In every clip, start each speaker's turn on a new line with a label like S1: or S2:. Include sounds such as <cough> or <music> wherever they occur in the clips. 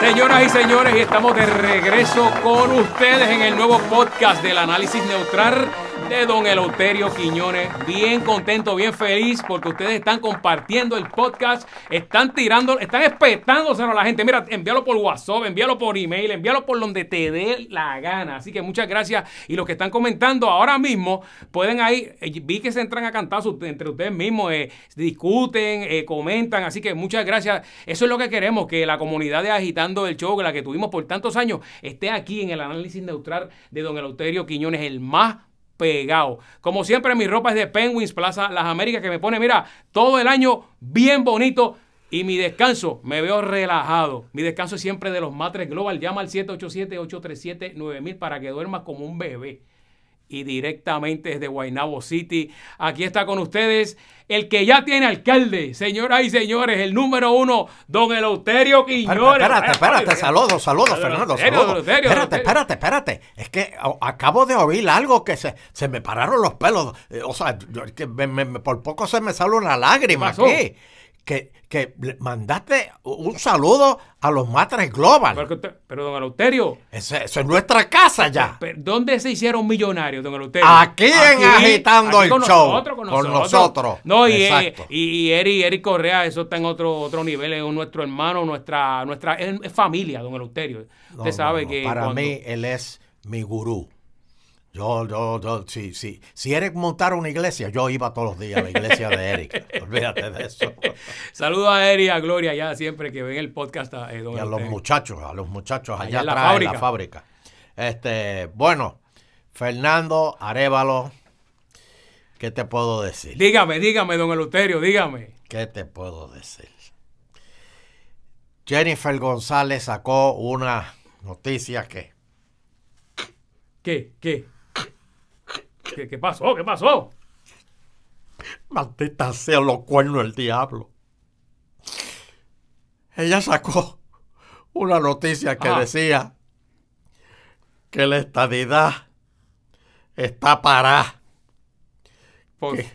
S1: Señoras y señores, y estamos de regreso con ustedes en el nuevo podcast del análisis neutral de don Eleuterio Quiñones. Bien contento, bien feliz porque ustedes están compartiendo el podcast, están tirando, están espetándoselo a la gente. Mira, envíalo por WhatsApp, envíalo por email, envíalo por donde te dé la gana. Así que muchas gracias. Y los que están comentando ahora mismo, pueden ahí, eh, vi que se entran a cantazos entre ustedes mismos, eh, discuten, eh, comentan. Así que muchas gracias. Eso es lo que queremos, que la comunidad de Agitando el Show, la que tuvimos por tantos años, esté aquí en el análisis neutral de don Eleuterio Quiñones, el más pegado. Como siempre, mi ropa es de Penguins Plaza Las Américas, que me pone, mira, todo el año bien bonito. Y mi descanso, me veo relajado. Mi descanso es siempre de los Matres Global. Llama al 787-837-9000 para que duermas como un bebé. Y directamente desde Guaynabo City, aquí está con ustedes el que ya tiene alcalde, señoras y señores, el número uno, don Eleuterio Quiñones.
S2: Espérate, espérate, saludos, saludos, Fernando,
S1: Eleuterio,
S2: saludos.
S1: Eleuterio,
S2: Espérate,
S1: Eleuterio.
S2: espérate, espérate. Es que a- acabo de oír algo que se, se me pararon los pelos. Eh, O sea, yo- que me- me- me- por poco se me sale una lágrima
S1: ¿Qué pasó?
S2: aquí. Que, que le mandaste un saludo a los Matres Global.
S1: Pero, pero, don Eleuterio,
S2: Eso, eso es nuestra casa ya.
S1: Pero, ¿Dónde se hicieron millonarios, don Eleuterio?
S2: Aquí en Agitando el
S1: con
S2: Show.
S1: nosotros, con
S2: Con
S1: nosotros.
S2: nosotros.
S1: No, y, eh,
S2: Exacto.
S1: y, y Eric, Eric Correa, eso está en otro, otro nivel, es un- nuestro hermano, nuestra, nuestra es, es familia, don Eleuterio.
S2: No,
S1: Usted
S2: no,
S1: sabe
S2: no,
S1: que...
S2: Para
S1: cuando-
S2: mí, él es mi gurú. Yo, yo, yo, si, si, si Eric montara una iglesia, yo iba todos los días a la iglesia
S1: <laughs>
S2: de Eric. Olvídate de eso.
S1: Saludo a Eric y a Gloria ya siempre que ven el podcast, eh, don
S2: Y a los
S1: Eleuterio.
S2: muchachos, a los muchachos allá,
S1: Allá en la
S2: atrás en
S1: fábrica.
S2: la fábrica. Este, bueno, Fernando Arevalo, ¿qué te puedo decir?
S1: Dígame, dígame, don Eleuterio, dígame.
S2: ¿Qué te puedo decir? Jennifer González sacó una noticia que
S1: ¿Qué? ¿Qué? ¿Qué, qué pasó? ¿Qué pasó?
S2: Maldita sea los cuernos del diablo. Ella sacó una noticia que
S1: Ajá.
S2: decía que la estadidad está parada.
S1: Por-
S2: Que,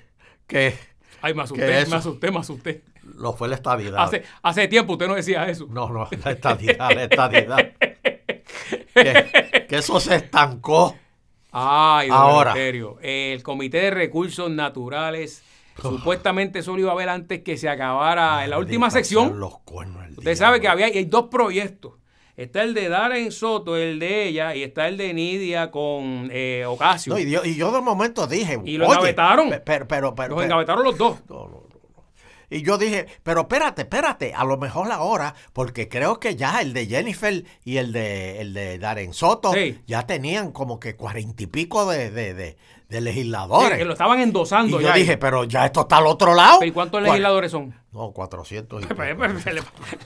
S2: que
S1: Ay, me asusté,
S2: ¿Qué es
S1: me
S2: eso? Ah.
S1: asusté, me asusté.
S2: no fue la estadidad.
S1: Hace, hace tiempo usted no decía eso.
S2: No, no, <laughs> la estadidad, la estadidad. que, que eso se estancó.
S1: Ay, don
S2: Ahora.
S1: Eleuterio, el Comité de Recursos Naturales, supuestamente eso lo iba a ver antes que se acabara en la última
S2: Ah. Maldita
S1: sección.
S2: sean los cuernos del
S1: Usted
S2: diablo.
S1: sabe que había y hay dos proyectos. Está el de Darren Soto, el de ella, y está el de Nidia con eh, Ocasio.
S2: No, y, yo, y yo de momento dije.
S1: Y lo
S2: "Oye,
S1: engavetaron.
S2: pe- Pero, pero, pero,
S1: Los
S2: pero-
S1: engavetaron los dos.
S2: No, no, no, no. Y yo dije, pero espérate, espérate, a lo mejor ahora, porque creo que ya el de Jennifer y el de el de Darren Soto
S1: Sí.
S2: ya tenían como que cuarenta y pico de, de, de- de
S1: Sí,
S2: legisladores.
S1: Eh, que lo estaban
S2: y
S1: endosando
S2: yo
S1: ya.
S2: dije, pero ya esto está al otro lado.
S1: ¿Pero ¿Y cuántos
S2: Cua-
S1: legisladores son?
S2: No, 400 y
S1: <laughs> Pues,
S2: pico.
S1: pues, le,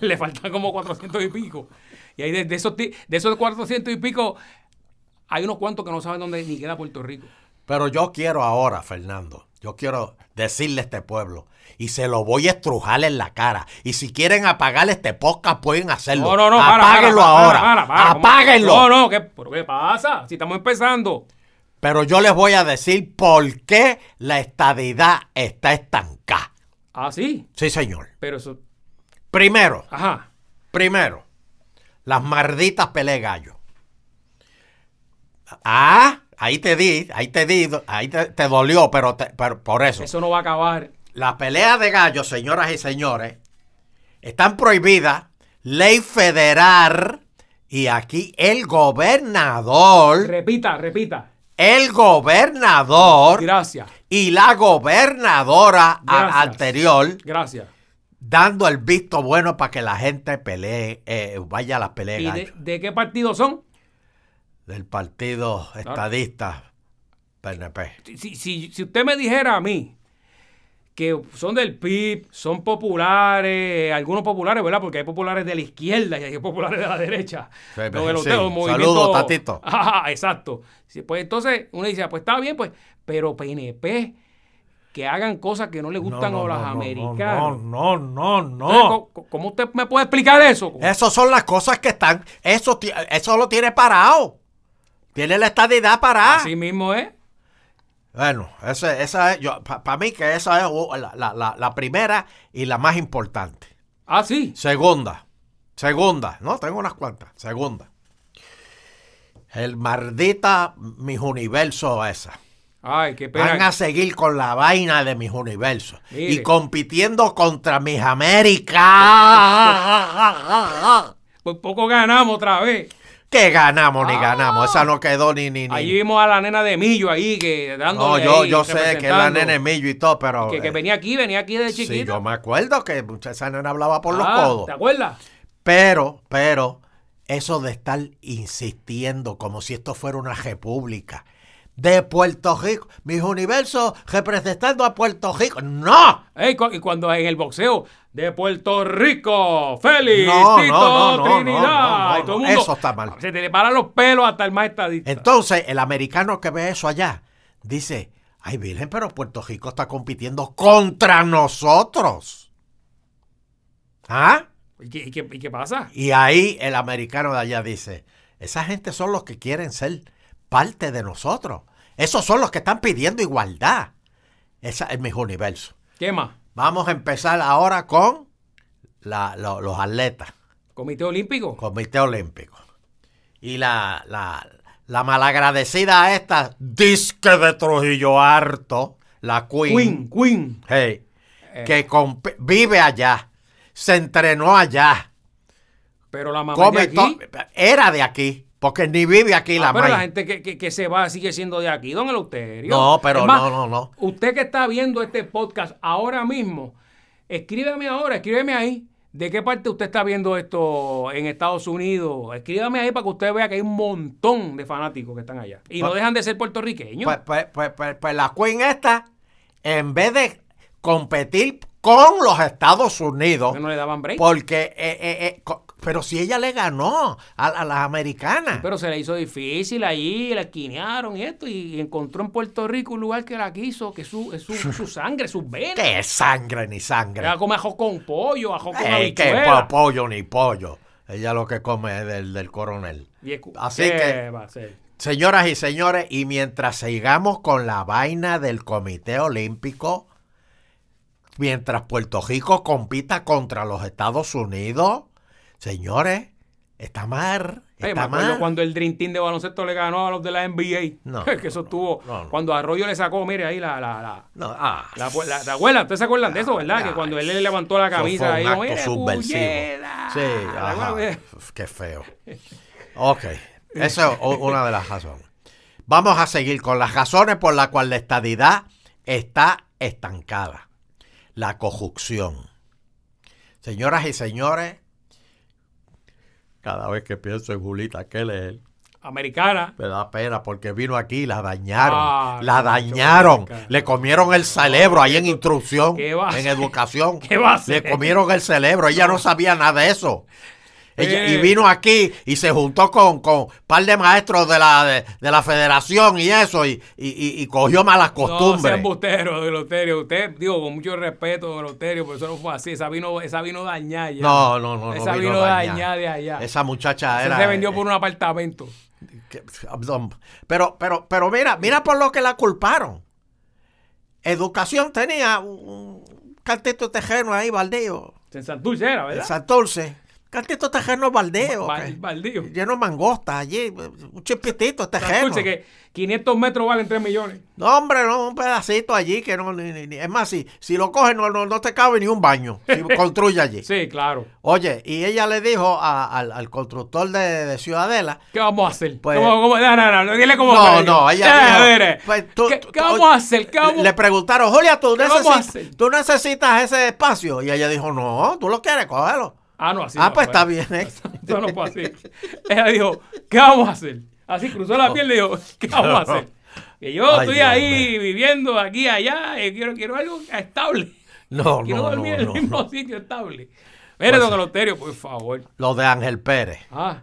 S1: le faltan como 400 y pico. Y ahí de, de esos, ti- de esos 400 y pico, hay unos cuantos que no saben dónde ni queda Puerto Rico.
S2: Pero yo quiero ahora, Fernando, yo quiero decirle a este pueblo, y se lo voy a estrujar en la cara. Y si quieren apagar este podcast, pueden hacerlo.
S1: No, no, no, para,
S2: Apáguenlo
S1: para, para,
S2: ahora.
S1: para, para, ¿cómo?
S2: Apáguenlo.
S1: No, no, ¿qué, pero ¿qué pasa? Si estamos empezando.
S2: Pero yo les voy a decir por qué la estadidad está estancada.
S1: Ah, sí,
S2: Sí, señor.
S1: pero eso.
S2: Primero,
S1: Ajá.
S2: primero, las malditas pele gallo. Ah, ahí te di, ahí te di, ahí te, te dolió, pero, te- pero por eso.
S1: Eso no va a acabar.
S2: Las peleas de gallo, señoras y señores, están prohibidas. Ley federal. Y aquí el gobernador,
S1: Repita, repita.
S2: el gobernador
S1: Gracias,
S2: y la gobernadora a-
S1: Gracias.
S2: anterior
S1: gracias.
S2: dando el visto bueno para que la gente pelee, eh, vaya a las peleas
S1: ¿Y de,
S2: gallo.
S1: de qué partido son?
S2: del partido estadista PNP.
S1: Si, si, si usted me dijera a mí que son del PIB, son populares, algunos populares, ¿verdad? Porque hay populares de la izquierda y hay populares de la derecha.
S2: Sí,
S1: Don
S2: sí.
S1: Eleuterio,
S2: Saludos, Tatito.
S1: <laughs> Ajá, exacto. Sí, Pues entonces uno dice, ah, pues está bien, pues, pero PNP, que hagan cosas que no le gustan a las americanas.
S2: No, no, no,
S1: Entonces,
S2: no.
S1: ¿cómo- ¿cómo, usted me puede explicar eso?
S2: Esas son las cosas que están. Eso, ti- eso lo tiene parado. Tiene la estadidad parada.
S1: Así mismo es.
S2: Bueno, ese- esa es, para mí que esa
S1: Ah,
S2: es uh, la- la- la- la primera y la más importante.
S1: Así.
S2: Segunda, Segunda, ¿no? Tengo unas cuantas. Segunda. El maldita mis universo esa.
S1: Ay, qué
S2: Van a
S1: pena.
S2: seguir con la vaina de mis universos.
S1: Mire.
S2: Y compitiendo contra mis
S1: <laughs>
S2: Américas.
S1: Por Pues poco ganamos otra vez.
S2: que ganamos
S1: Ah.
S2: ni ganamos. Esa no quedó ni ni ni.
S1: Allí vimos a la nena de Millo ahí que dando.
S2: no, yo, yo sé que es la nene Millo y todo, pero.
S1: Que, que
S2: eh,
S1: venía aquí, venía aquí de chiquito.
S2: sí, yo me acuerdo que esa nena hablaba por los
S1: Ah,
S2: codos.
S1: ¿Te acuerdas?
S2: Pero, pero, eso de estar insistiendo como si esto fuera una república de Puerto Rico, mis universos representando a Puerto Rico, no.
S1: Ey, cu- y cuando en el boxeo de Puerto Rico, Félix,
S2: No, no,
S1: Tito,
S2: no, no,
S1: Trinidad,
S2: no, no,
S1: y todo el
S2: no,
S1: mundo-
S2: eso está mal.
S1: Se te le paran los pelos hasta el más estadista.
S2: Entonces, el americano que ve eso allá dice, ay Virgen, pero Puerto Rico está compitiendo contra nosotros. ¿Ah?
S1: ¿Y, qué, y qué- y qué pasa?
S2: Y ahí el americano de allá dice, esa gente son los que quieren ser parte de nosotros. Esos son los que están pidiendo igualdad. Ese es mi universo.
S1: ¿Qué más?
S2: Vamos a empezar ahora con la- lo- los atletas,
S1: ¿Comité Olímpico?
S2: Comité Olímpico. Y la, la, la malagradecida esta, disque de Trujillo Harto, la Queen.
S1: Queen, Queen.
S2: Hey,
S1: Eh.
S2: que comp- vive allá, se entrenó allá.
S1: Pero la mamá
S2: come
S1: de
S2: to-
S1: aquí.
S2: era de aquí, porque ni vive aquí la
S1: Ah, pero
S2: madre.
S1: la gente que, que- que se va sigue siendo de aquí, don Eleuterio.
S2: No, pero
S1: Es más,
S2: no, no, no.
S1: Usted que está viendo este podcast ahora mismo, escríbame ahora, escríbeme ahí. ¿De qué parte usted está viendo esto en Estados Unidos? Escríbame ahí para que usted vea que hay un montón de fanáticos que están allá. Y no
S2: Pues-
S1: dejan de ser puertorriqueños.
S2: Pues, pues- pues- pues- pues la Queen esta, en vez de competir con los Estados Unidos,
S1: porque no le daban break.
S2: porque, eh, eh, eh, co- pero si ella le ganó a, a las americanas.
S1: pero se le hizo difícil allí, la esquinearon y esto, y encontró en Puerto Rico un lugar que la quiso, que su,
S2: <laughs>
S1: es su, su sangre, sus venas.
S2: que sangre ni sangre.
S1: Era como ajo con pollo, ajo con
S2: Eh, que
S1: habichuela.
S2: po- pollo ni pollo. Ella lo que come es del, del coronel.
S1: Y escu-
S2: Así
S1: ¿qué
S2: que-
S1: va a ser?
S2: Señoras y señores, y mientras sigamos con la vaina del Comité Olímpico, mientras Puerto Rico compita contra los Estados Unidos, señores, está mal,
S1: Ey,
S2: está
S1: me acuerdo
S2: mal.
S1: cuando el Dream Team de baloncesto le ganó a los de la NBA.
S2: No,
S1: <laughs> que eso estuvo.
S2: no, no.
S1: Cuando Arroyo le sacó, mire ahí la. la, la
S2: No, ah,
S1: la, la- la abuela, ¿ustedes se acuerdan de eso, verdad? que
S2: ya,
S1: cuando él le levantó la
S2: eso fue
S1: camisa ahí,
S2: un acto
S1: "Mire,
S2: subversivo.
S1: puñeta".
S2: Sí,
S1: La
S2: ajá,
S1: abuela-
S2: uf, qué feo. Ok, esa es o- una de las razones. Vamos a seguir con las razones por las cuales la estadidad está estancada. La cojucción. Señoras y señores, cada vez que pienso en Julita Keller,
S1: Americana.
S2: me da pena porque vino aquí y la dañaron.
S1: Ah,
S2: la
S1: qué
S2: dañaron.
S1: chueca.
S2: Le comieron el cerebro ahí en instrucción,
S1: ¿Qué va a
S2: en
S1: ser?
S2: educación.
S1: ¿Qué va a ser?
S2: Le comieron el cerebro. Ella no sabía nada de eso. Ella-
S1: Eh.
S2: Y vino aquí y se juntó con un par de maestros de la, de, de la federación y eso, y, y- y- y cogió malas
S1: No sea
S2: costumbres.
S1: embustero, don Eleuterio. Usted, digo, con mucho respeto, don Eleuterio, pero eso no fue así. Esa vino, esa vino dañada. ya.
S2: No, no, no, no
S1: Esa
S2: vino
S1: vino
S2: dañada.
S1: dañada de allá.
S2: Esa muchacha
S1: Esa
S2: era.
S1: se vendió
S2: eh,
S1: por un apartamento.
S2: que- perdón. Pero, pero, pero mira, mira por lo que la culparon. Educación tenía un un cantito tejeno ahí, baldeo.
S1: En Santurce era, ¿verdad?
S2: En Santurce. Cantito tejeno baldeo.
S1: Ba-
S2: que-
S1: baldío.
S2: Lleno de mangosta allí. Un chispitito tejeno.
S1: Santurce, que 500 metros valen 3 millones.
S2: No, hombre, no, un pedacito allí que no. ni- ni- ni- Es más, si, si lo cogen, no, no, no te cabe ni un baño.
S1: <laughs>
S2: Si construye allí.
S1: Sí, claro.
S2: Oye, y ella le dijo a- al, al constructor de- de Ciudadela
S1: ¿Qué vamos a hacer?
S2: Pues-
S1: ¿Cómo, cómo? No, no, no, no, dile cómo
S2: No,
S1: fue.
S2: no, ella.
S1: Eh,
S2: dijo,
S1: mire,
S2: pues, tú-
S1: ¿qué,
S2: tú-
S1: qué vamos a hacer? ¿Qué
S2: Le-
S1: vamos-
S2: Le preguntaron, Julia, ¿tú,
S1: ¿Qué vamos a
S2: necesitas,
S1: hacer?
S2: tú necesitas ese espacio. Y ella dijo, no, tú lo quieres, cógelo.
S1: Ah, no, así
S2: ah,
S1: no
S2: pues
S1: fue.
S2: está bien. ¿eh?
S1: <laughs>
S2: <laughs>
S1: Eso no fue así. Ella dijo, ¿qué vamos a hacer? Así cruzó la piel y dijo, ¿qué
S2: <laughs>
S1: vamos a hacer? Que yo
S2: Ay,
S1: estoy
S2: Dios
S1: ahí viviendo aquí, allá, y quiero, quiero algo estable.
S2: No,
S1: Quiero
S2: no, no,
S1: dormir en el
S2: no, Pues,
S1: mismo
S2: no.
S1: sitio estable. Mire, don Eloterio, por favor.
S2: Lo de Ángel Pérez,
S1: Ah,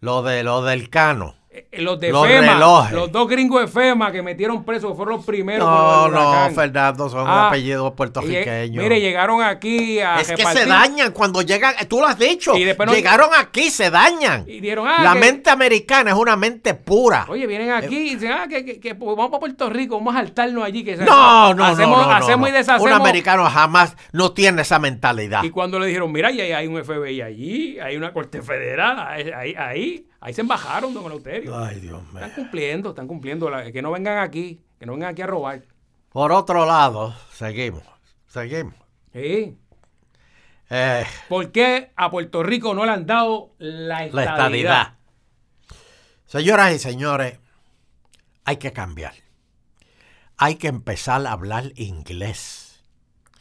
S2: lo de lo del Cano.
S1: eh, los de
S2: Los
S1: FEMA,
S2: relojes.
S1: los dos gringos de FEMA que metieron presos, que fueron los primeros.
S2: No,
S1: con el
S2: no,
S1: huracán.
S2: Fernando, son
S1: Ah,
S2: apellidos
S1: Y lleg-
S2: puertorriqueños.
S1: Mire, llegaron aquí a
S2: es que se
S1: repartir
S2: dañan cuando llegan, eh, tú lo has dicho,
S1: Y después no-
S2: llegaron aquí, se dañan.
S1: Y dieron, ah,
S2: la
S1: que-
S2: mente americana es una mente pura.
S1: Oye, vienen aquí y dicen, ah, que, que- que vamos para Puerto Rico, vamos a saltarnos allí. Que
S2: no, no,
S1: hacemos,
S2: no, no, no,
S1: Hacemos y
S2: no.
S1: deshacemos.
S2: Un americano jamás no tiene esa mentalidad.
S1: Y cuando le dijeron, mira, ya hay un FBI allí, hay una Corte Federal, ahí, ahí, ahí, ahí se embajaron, don Eleuterio.
S2: Ay, Dios
S1: Están
S2: mío.
S1: cumpliendo, están cumpliendo. la- que no vengan aquí, que no vengan aquí a robar.
S2: Por otro lado, seguimos, seguimos.
S1: Sí.
S2: Eh,
S1: ¿Por qué a Puerto Rico no le han dado la
S2: la
S1: estadidad?
S2: estadidad. Señoras y señores, hay que cambiar. Hay que empezar a hablar inglés.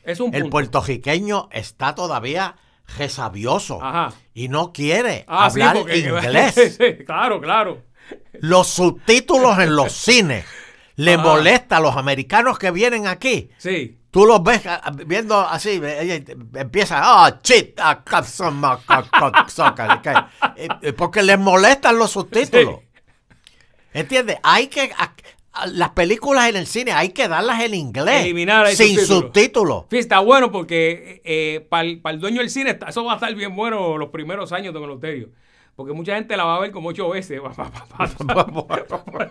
S1: Es un <laughs>
S2: El
S1: punto.
S2: puertorriqueño está todavía resabioso
S1: Ajá.
S2: y no quiere
S1: Ah, sí,
S2: hablar
S1: porque- <laughs>
S2: inglés.
S1: Sí, claro, claro.
S2: Los subtítulos
S1: <laughs>
S2: en los cines le
S1: Ah.
S2: molesta a los americanos que vienen aquí.
S1: Sí.
S2: Tú los ves ah, viendo así, eh, eh, empieza, ah, shit, ah, capsón, ma, ca- ca- zócale, que- eh, eh, porque les molestan los subtítulos. ¿Entiendes? Hay que, a- a- las películas en el cine hay que darlas en inglés.
S1: Eliminar ahí
S2: sin
S1: subtítulos. <laughs>
S2: subtítulos.
S1: Sí, está bueno porque para el, dueño del cine está- eso va a estar bien bueno los primeros años, don Eleuterio. Porque mucha gente la va a ver como ocho veces. <laughs> Pa, pa, pa, pa,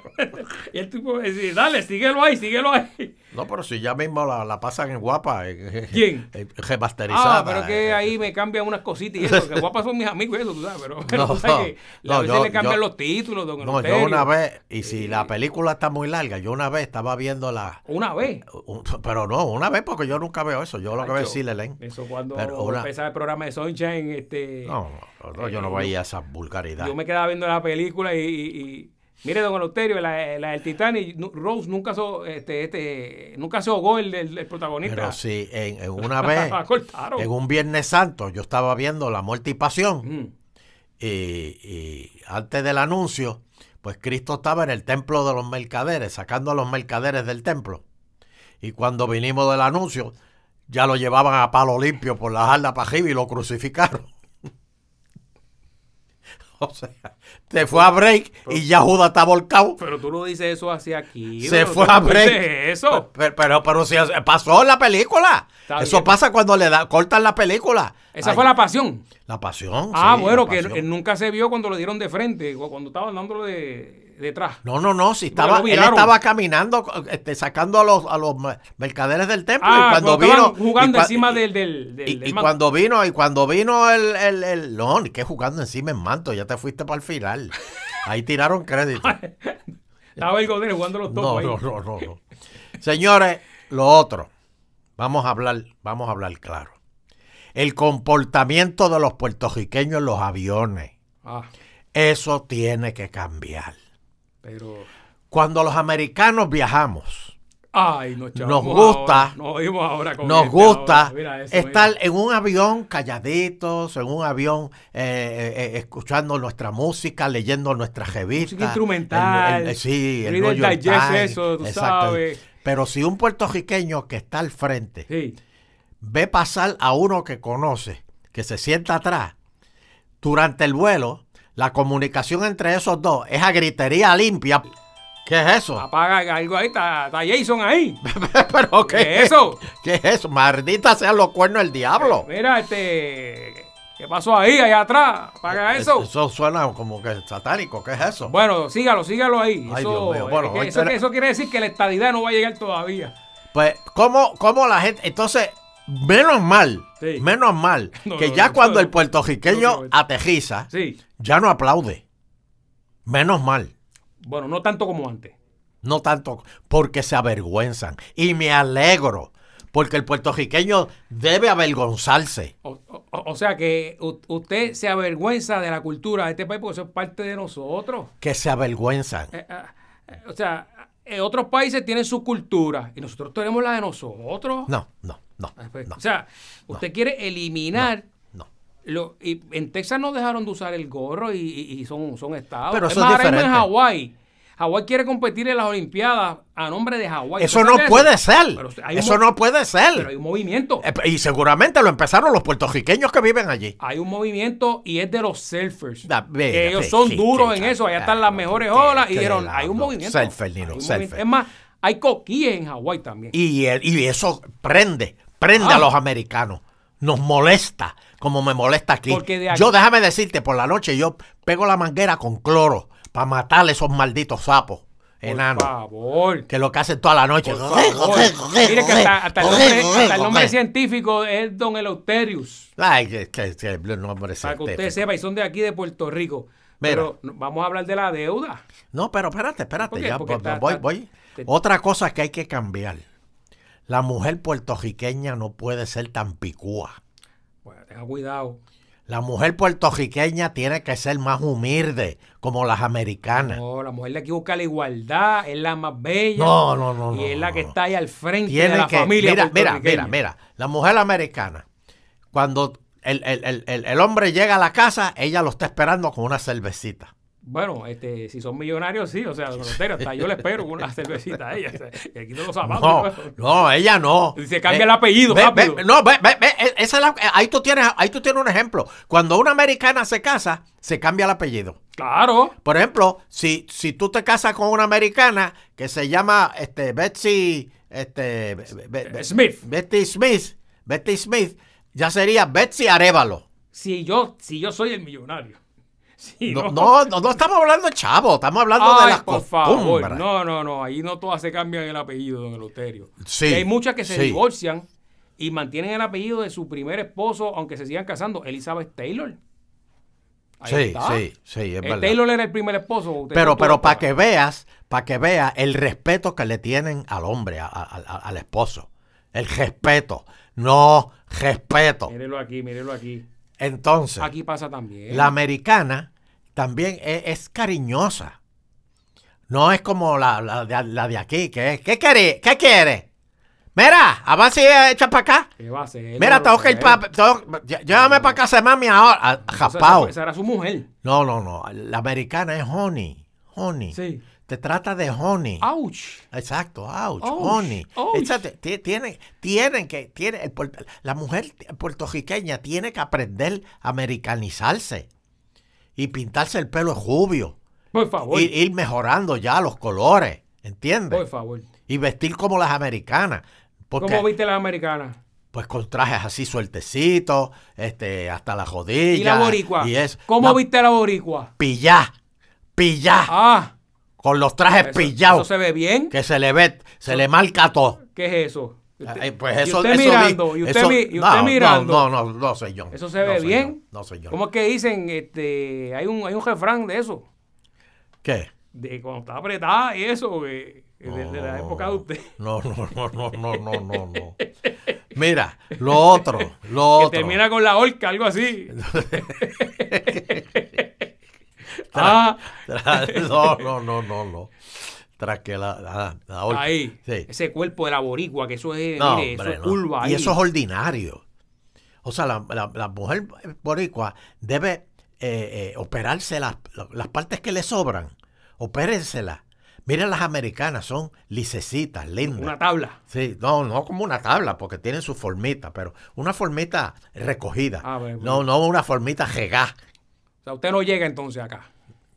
S1: y el tipo va a decir, dale, síguelo ahí, síguelo ahí. Ah,
S2: No, pero si ya mismo la, la pasan en guapa. eh, eh,
S1: ¿Quién?
S2: eh, Remasterizada.
S1: Ah, pero
S2: eh,
S1: que ahí me cambian unas cositas y eso, que guapas son mis amigos y eso, tú sabes, pero, <laughs> pero
S2: No,
S1: tú sabes que
S2: no,
S1: a veces
S2: yo-
S1: le cambian
S2: yo-
S1: los títulos, don
S2: No,
S1: Eleuterio.
S2: yo una vez, y si la película está muy larga, yo una vez estaba viendo la...
S1: Una vez.
S2: un- <laughs> pero no, una vez porque yo nunca veo eso. Yo lo que veo es
S1: Nacho,
S2: Silent Lane.
S1: Eso cuando
S2: Pero una-
S1: empezaba el programa de Sunshine, este...
S2: No, no, no, yo no veía esa vulgaridad.
S1: eh, Yo me quedaba viendo la película y, y- y- mire, don Eleuterio, la, la del Titanic, nu- Rose nunca, so- este, este, nunca se ahogó el, el- el protagonista.
S2: Pero sí,
S1: <laughs>
S2: en, en una vez,
S1: La cortaron.
S2: en un Viernes Santo, yo estaba viendo La Muerte y Pasión
S1: Mm.
S2: y, y antes del anuncio, pues Cristo estaba en el templo de los mercaderes, sacando a los mercaderes del templo. Y cuando vinimos del anuncio, ya lo llevaban a palo limpio por la jarda para arriba y lo crucificaron. <laughs> O sea, se fue a break y ya Judas está volcado.
S1: Pero tú no dices eso hacia aquí.
S2: Se
S1: don
S2: fue
S1: Eleuterio,
S2: a
S1: ¿tú
S2: break.
S1: dices eso.
S2: Pero, pero, pero si es- pasó en la película.
S1: Está
S2: Eso
S1: bien.
S2: pasa cuando le da, cortan la película.
S1: Esa
S2: Ay,
S1: fue la pasión.
S2: la pasión.
S1: ah,
S2: sí,
S1: bueno,
S2: la
S1: que
S2: pasión.
S1: él nunca se vio cuando lo dieron de frente, o cuando estaba dándolo de detrás.
S2: No, no, no. Si estaba,
S1: lo
S2: él
S1: viraron.
S2: estaba caminando, este, sacando a los, a los mercaderes del templo.
S1: Ah,
S2: y cuando,
S1: estaban
S2: vino.
S1: jugando
S2: y cua-
S1: encima
S2: y-
S1: del, del, del-
S2: y-
S1: del
S2: y
S1: man-
S2: cuando vino, y cuando vino el, el, el- No, ni que jugando encima en manto, ya te fuiste para el final. Ahí tiraron crédito.
S1: <laughs> Estaba el Godel jugando los
S2: No,
S1: topos ahí.
S2: no, no, no, no. Señores, lo otro. Vamos a hablar, vamos a hablar claro. El comportamiento de los puertorriqueños en los aviones.
S1: Ah,
S2: Eso tiene que cambiar.
S1: pero...
S2: Cuando los americanos viajamos,
S1: Ay, nos chavamos
S2: Nos gusta.
S1: ahora. Nos oímos ahora con
S2: nos
S1: este
S2: gusta
S1: ahora. Mira eso,
S2: estar
S1: mira.
S2: en un avión calladitos, en un avión eh, eh, eh, escuchando nuestra música, leyendo nuestra revista.
S1: instrumental,
S2: El- el- sí, el
S1: Reader
S2: New York
S1: Digest,
S2: Times,
S1: eso, tú
S2: exacto.
S1: sabes.
S2: Pero si un puertorriqueño que está al frente
S1: Sí.
S2: ve pasar a uno que conoce, que se sienta atrás, durante el vuelo, la comunicación entre esos dos es a gritería limpia. ¿Qué es eso?
S1: Apaga algo ahí, está, está Jason
S2: <laughs>
S1: ahí.
S2: ¿Pero
S1: Ah, ¿Qué es eso?
S2: ¿Qué es eso? Maldita sean los cuernos del diablo.
S1: Mira, este. ¿Qué pasó ahí, allá atrás? Apaga eso.
S2: Eso suena como que satánico. ¿Qué es eso?
S1: Bueno, sígalo, sígalo ahí.
S2: Ay,
S1: eso,
S2: Dios mío. Bueno, este
S1: eh, que-
S2: hoy
S1: eso,
S2: tenemos-
S1: que- eso quiere decir que la estadidad no va a llegar todavía.
S2: Pues, ¿cómo, cómo la gente? Entonces, menos mal,
S1: Sí.
S2: menos mal,
S1: <laughs> No,
S2: que
S1: no,
S2: ya
S1: no,
S2: cuando
S1: no,
S2: el
S1: no,
S2: puertorriqueño
S1: no, no.
S2: aterriza,
S1: Sí.
S2: ya no aplaude. Menos mal.
S1: Bueno, no tanto como antes.
S2: No tanto porque se avergüenzan. Y me alegro, porque el puertorriqueño debe avergonzarse.
S1: O, o- o sea que u- usted se avergüenza de la cultura de este país porque eso es parte de nosotros.
S2: Que se avergüenzan.
S1: Eh, ah, eh, o sea, eh, otros países tienen su cultura y nosotros tenemos la de nosotros.
S2: No, no, no.
S1: Ah, pues,
S2: No,
S1: O sea, usted quiere eliminar.
S2: no.
S1: Lo, y en Texas no dejaron de usar el gorro y, y- y son, son estados.
S2: Pero
S1: Es
S2: eso es
S1: más, ahora mismo en
S2: diferente.
S1: Hawái Hawái quiere competir en las Olimpiadas a nombre de Hawái.
S2: Eso
S1: ¿Tú
S2: no
S1: sabes
S2: puede ser.
S1: pues, Pero hay un
S2: Eso
S1: mo-
S2: no puede
S1: Pero hay
S2: ser.
S1: un movimiento.
S2: Eh, Y seguramente lo empezaron los puertorriqueños que viven allí.
S1: Hay un movimiento y es de los surfers.
S2: Da- ve,
S1: Que ellos
S2: ve,
S1: son
S2: qué-
S1: duros
S2: qué
S1: en eso. Allá están
S2: chavo,
S1: las mejores
S2: qué-
S1: olas. Y
S2: qué
S1: dijeron,
S2: relajo.
S1: hay un movimiento.
S2: Surfer, Nino,
S1: Hay un
S2: surfer.
S1: movimiento. Es más, hay coquíes en Hawái también.
S2: Y, el- y eso prende, prende
S1: Ah.
S2: a los americanos. Nos molesta, como me molesta aquí.
S1: Porque de aquí-
S2: Yo déjame decirte, por la noche yo pego la manguera con cloro para matar esos malditos sapos
S1: Por
S2: enanos.
S1: favor.
S2: Que lo que hacen toda la noche.
S1: Por favor. Mire que hasta, hasta el nombre, hasta el nombre científico es Don Eleuterius.
S2: <laughs> Ay, que, que- que el nombre
S1: Para que usted
S2: científico.
S1: sepa, y son de aquí de Puerto Rico.
S2: Mira.
S1: Pero no- vamos a hablar de la deuda.
S2: No, pero espérate, espérate.
S1: ¿Por qué?
S2: ya
S1: Porque
S2: voy,
S1: está-
S2: voy,
S1: está-
S2: voy.
S1: te-
S2: Otra cosa que hay que cambiar. La mujer puertorriqueña no puede ser tan picúa.
S1: Bueno, tenga cuidado.
S2: La mujer puertorriqueña tiene que ser más humilde, como las americanas.
S1: No, la mujer de aquí busca la igualdad, es la más bella.
S2: No, no, no,
S1: Y
S2: no,
S1: es la
S2: no,
S1: que
S2: no.
S1: está ahí al frente de
S2: Tiene
S1: la
S2: que.
S1: familia.
S2: Mira, mira, mira,
S1: puertorriqueña.
S2: mira. La mujer americana, cuando el, el- el- el- el hombre llega a la casa, ella lo está esperando con una cervecita.
S1: Bueno, este, si son millonarios, sí, o sea, los fronteros, hasta yo le espero una cervecita a ella. o sea, y aquí no los
S2: No,
S1: zapatos. ¿no?
S2: no, ella no.
S1: pues. Se cambia el apellido,
S2: ve,
S1: rápido.
S2: ve, no, ve, ve, ve, eh, esa es la- eh, ahí, tú tienes, ahí tú tienes un ejemplo. Cuando una americana se casa, se cambia el apellido.
S1: Claro.
S2: Por ejemplo, si, si tú te casas con una americana que se llama este, Betsy este, Be- Be- Be-
S1: Smith.
S2: Betty Smith, Betty Smith, ya sería Betsy Arevalo.
S1: Si yo, si yo soy el millonario. Si
S2: No, no, no, no estamos hablando de chavo, estamos hablando de
S1: Ay,
S2: las
S1: por
S2: costumbres.
S1: favor. No, no, no. Ahí no todas se cambian el apellido, don Eloterio.
S2: Sí,
S1: Y hay muchas que se
S2: sí.
S1: divorcian y mantienen el apellido de su primer esposo, aunque se sigan casando. Elizabeth Taylor. Ahí
S2: sí,
S1: está.
S2: sí, sí, es
S1: Eh,
S2: verdad.
S1: Taylor era el primer esposo. usted no
S2: Pero,
S1: tuvo
S2: pero para
S1: esposa.
S2: que veas, para que veas el respeto que le tienen al hombre, a- a- a- al esposo. El respeto. No, respeto.
S1: Mírelo aquí, mírelo aquí.
S2: Entonces,
S1: Aquí ¿eh? pasa también.
S2: la americana también e- es, cariñosa. No es como la, la de, la de aquí, que es, ¿qué quiere? ¿Qué quiere? Mira, avance y echa para acá.
S1: ¿Qué va a hacer?
S2: Mira, tengo que ir
S1: Lotero?
S2: para... Llévame para casa de mami ahora. Ah,
S1: O sea,
S2: Japao.
S1: Esa, esa era su mujer.
S2: No, no, no. La americana es honey. Honey.
S1: Sí.
S2: Te trata de honey.
S1: Ouch.
S2: Exacto, ouch,
S1: Ouch,
S2: honey.
S1: ouch.
S2: Exacto, ti- Tienen, tienen que, tiene el, puer- la mujer t- puertorriqueña tiene que aprender a americanizarse y pintarse el pelo rubio,
S1: Por favor.
S2: ir, ir mejorando ya los colores,
S1: Por
S2: ¿entiendes?
S1: favor.
S2: Y vestir como las americanas. Porque,
S1: ¿Cómo viste las americanas?
S2: Pues con trajes así sueltecitos, este, hasta la rodilla.
S1: ¿Y la boricua?
S2: Y es
S1: ¿Cómo
S2: la-
S1: viste la boricua?
S2: Pillá, pillá,
S1: Ah.
S2: con los trajes <laughs>
S1: Eso, eso
S2: pillados,
S1: se ve bien.
S2: que se le ve, se le marca todo.
S1: ¿Qué es eso? Usted-
S2: Ay, pues
S1: y
S2: eso,
S1: usted
S2: eso vi-
S1: mirando, y usted,
S2: eso-
S1: mi- y usted
S2: no, no,
S1: mirando.
S2: No, no, no, señor.
S1: Eso se ve
S2: No, señor.
S1: bien.
S2: No, señor.
S1: ¿Cómo es que dicen? Este, hay un, hay un refrán de eso,
S2: ¿Qué?
S1: de cuando está apretada y eso, de, de- de la
S2: Oh.
S1: época de usted.
S2: No, no, no, no, no, no, no, no. Mira, lo otro, lo otro.
S1: Que termina con la horca, algo
S2: <laughs>
S1: así. ah,
S2: No, <laughs> no, no, no, no. Tras que la, la- la horca.
S1: ahí.
S2: Sí.
S1: Ese cuerpo de la boricua, que eso es,
S2: No,
S1: mire, eso
S2: hombre,
S1: es
S2: no.
S1: curva ahí.
S2: Y eso es ordinario. O sea, la, la- la mujer boricua debe eh, eh, operarse las, las partes que le sobran. Opérenselas. Miren las americanas, son lisecitas, lindas.
S1: una tabla.
S2: Sí, no, no como una tabla, porque tienen su formita, pero una formita recogida.
S1: Ah, bueno,
S2: No, no una formita regá.
S1: O sea, usted no llega entonces acá.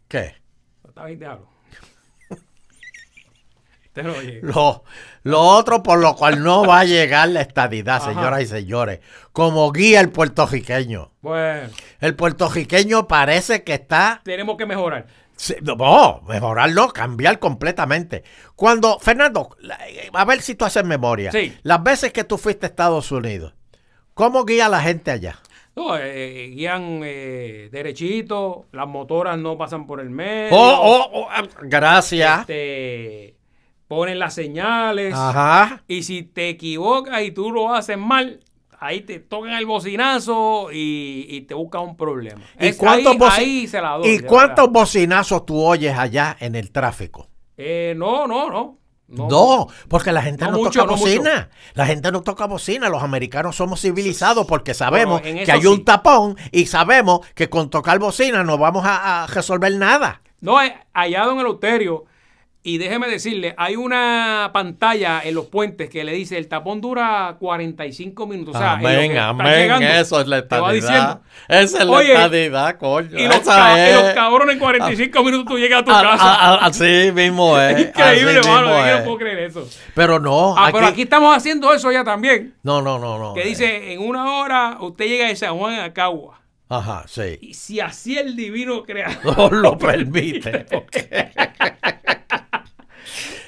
S2: ¿Qué?
S1: Está bien,
S2: <laughs>
S1: diablo. Usted no llega.
S2: Lo, lo otro por lo cual no va a llegar la estadidad,
S1: Ajá.
S2: señoras y señores, como guía el puertorriqueño.
S1: Bueno,
S2: El puertorriqueño parece que está
S1: tenemos que mejorar.
S2: Sí, No, mejorarlo, cambiar completamente. Cuando, Fernando, la- eh, a ver si tú haces memoria.
S1: Sí.
S2: Las veces que tú fuiste a Estados Unidos, ¿cómo guía la gente allá?
S1: No, eh, guían eh, derechito, las motoras no pasan por el medio.
S2: Oh, oh, oh, ah, gracias.
S1: Eh, este, ponen las señales.
S2: Ajá.
S1: Y si te equivocas y tú lo haces mal, ahí te tocan el bocinazo y, y te buscas un problema.
S2: ¿Y
S1: Es-
S2: cuántos,
S1: ahí,
S2: boci-
S1: ahí se la doy,
S2: ¿Y
S1: de
S2: cuántos
S1: verdad.
S2: bocinazos tú oyes allá en el tráfico?
S1: Eh, no, no, no.
S2: No, porque la gente
S1: No
S2: no,
S1: mucho,
S2: toca
S1: no
S2: bocina. La gente no toca bocina. Los americanos somos civilizados porque sabemos
S1: en
S2: que
S1: eso
S2: hay
S1: sí.
S2: un tapón y sabemos que con tocar bocina no vamos a, a resolver nada.
S1: No, eh, allá don Eleuterio Y déjeme decirle, hay una pantalla en los puentes que le dice el tapón dura 45 minutos. O sea, en lo que
S3: amén,
S1: está
S3: amén.
S1: llegando,
S3: eso es la
S1: te
S3: estadidad.
S1: va diciendo.
S3: Esa es la
S1: Oye,
S3: estadidad, coño.
S1: Y los,
S3: Esa
S1: cab- y los
S3: es-
S1: cabrones en 45 minutos tú llegas a tu
S2: ah,
S3: a-
S1: casa.
S3: a- a- así mismo es.
S1: <laughs> Increíble,
S3: así
S1: mano.
S3: mismo
S1: Yo
S3: es.
S1: no puedo creer eso.
S2: Pero no,
S1: Ah, pero aquí estamos haciendo eso ya también.
S2: No, no, no, no.
S1: Que
S2: eh,
S1: dice, en una hora usted llega de San Juan a Cagua.
S2: Ajá, sí. <laughs>
S1: Y si así el divino crea.
S2: No
S1: <laughs>
S2: lo permite.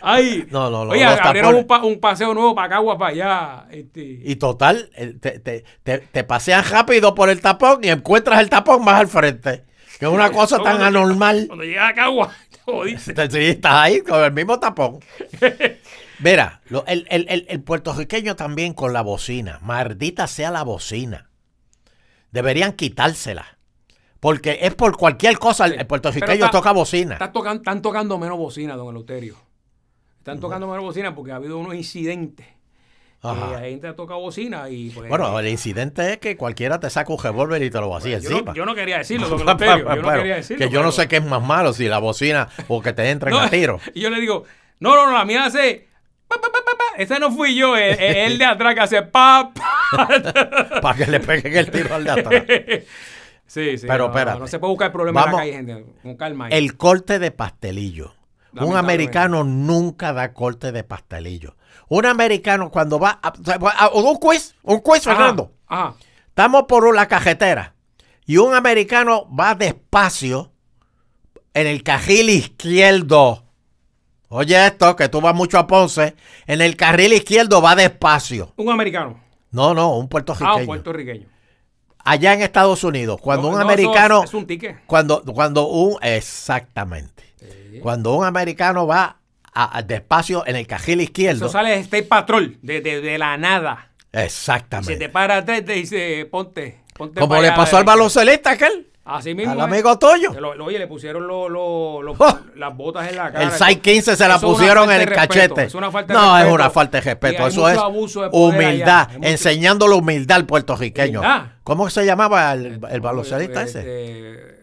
S1: Ay,
S2: No, no, no,
S1: Oye,
S2: los
S1: abrieron
S2: tapones.
S1: un, pa- un paseo nuevo para Cagua, para allá. Este.
S2: Y total, eh, te, te, te, te paseas rápido por el tapón y encuentras el tapón más al frente. Que
S1: <laughs>
S2: es una cosa tan
S1: Cuando-
S2: anormal.
S1: Cuando llegas a Cagua, <laughs> te jodiste.
S2: Te- Sí, estás ahí con el mismo
S1: <laughs>
S2: tapón. Mira, lo- el, el- el- el puertorriqueño también con la bocina. Maldita sea la bocina. Deberían quitársela. Porque es por cualquier cosa. El, el puertorriqueño
S1: Pero está-
S2: toca bocina.
S1: Estás tocan- están tocando menos bocina, don Eleuterio. Están tocando menos bocina porque ha habido unos incidentes.
S2: Ajá.
S1: Que la gente ha tocado bocina y pues,
S2: Bueno,
S1: eh,
S2: el incidente es que cualquiera te saca un revólver y te lo vacía
S1: yo,
S2: encima.
S1: no, yo no quería <laughs>
S2: <laughs>
S1: decirlo, don Eleuterio. Yo no
S2: Pero,
S1: quería decirlo.
S2: que yo no
S1: pero-
S2: sé qué es más malo, si la bocina o que te entren
S1: No,
S2: a tiro.
S1: Y yo le digo, no, no, no, la mía hace. Pa, pa, pa, pa, pa. Ese no fui yo, es, es el de atrás que hace pa, pa.
S2: para que le peguen el tiro al
S1: <laughs>
S2: de atrás.
S1: Sí, sí. no,
S2: Pero
S1: no,
S2: espérate.
S1: No, se puede buscar problemas
S2: Vamos.
S1: en la calle, gente. Con calma. ahí.
S2: El corte de pastelillo. Un
S1: Lamentablemente.
S2: americano nunca da corte de pastelillo. Un americano cuando va a, a- un quiz, un quiz,
S1: Ajá,
S2: Fernando.
S1: Ajá.
S2: Estamos por la cajetera y un americano va despacio en el carril izquierdo. Oye esto, que tú vas mucho a Ponce, en el carril izquierdo va despacio.
S1: Un americano.
S2: No, no, un puertorriqueño.
S1: Ah, un puertorriqueño.
S2: Allá en Estados Unidos, cuando
S1: No,
S2: un
S1: no, eso
S2: americano,
S1: Es, es un ticket.
S2: cuando, cuando un, exactamente,
S1: Sí.
S2: cuando un americano va a- a despacio en el carril izquierdo,
S1: Eso sale de State Patrol, de, de, de la nada. Se te
S2: exactamente.
S1: para atrás y te dice, ponte. ponte
S2: Como
S1: para
S2: le
S1: allá,
S2: pasó al
S1: derecha.
S2: baloncelista aquel,
S1: Así mismo.
S2: al
S1: es.
S2: amigo tuyo.
S1: Que lo- lo- oye, le pusieron lo- lo- lo-
S2: <laughs> ¡Oh!
S1: las botas en la cara.
S2: El
S1: Eso-
S2: 615 se la
S1: eso es una
S2: pusieron
S1: falta
S2: en
S1: de
S2: el
S1: respeto,
S2: cachete.
S1: Es una falta de
S2: no, es
S1: respeto.
S2: una falta de
S1: Y
S2: respeto.
S1: hay
S2: Eso
S1: mucho
S2: es
S1: abuso de poder
S2: humildad.
S1: allá. Hay mucho-
S2: Enseñando la humildad al puertorriqueño.
S1: Humildad.
S2: ¿Cómo se llamaba el, el
S1: Este,
S2: baloncelista ese?
S1: este,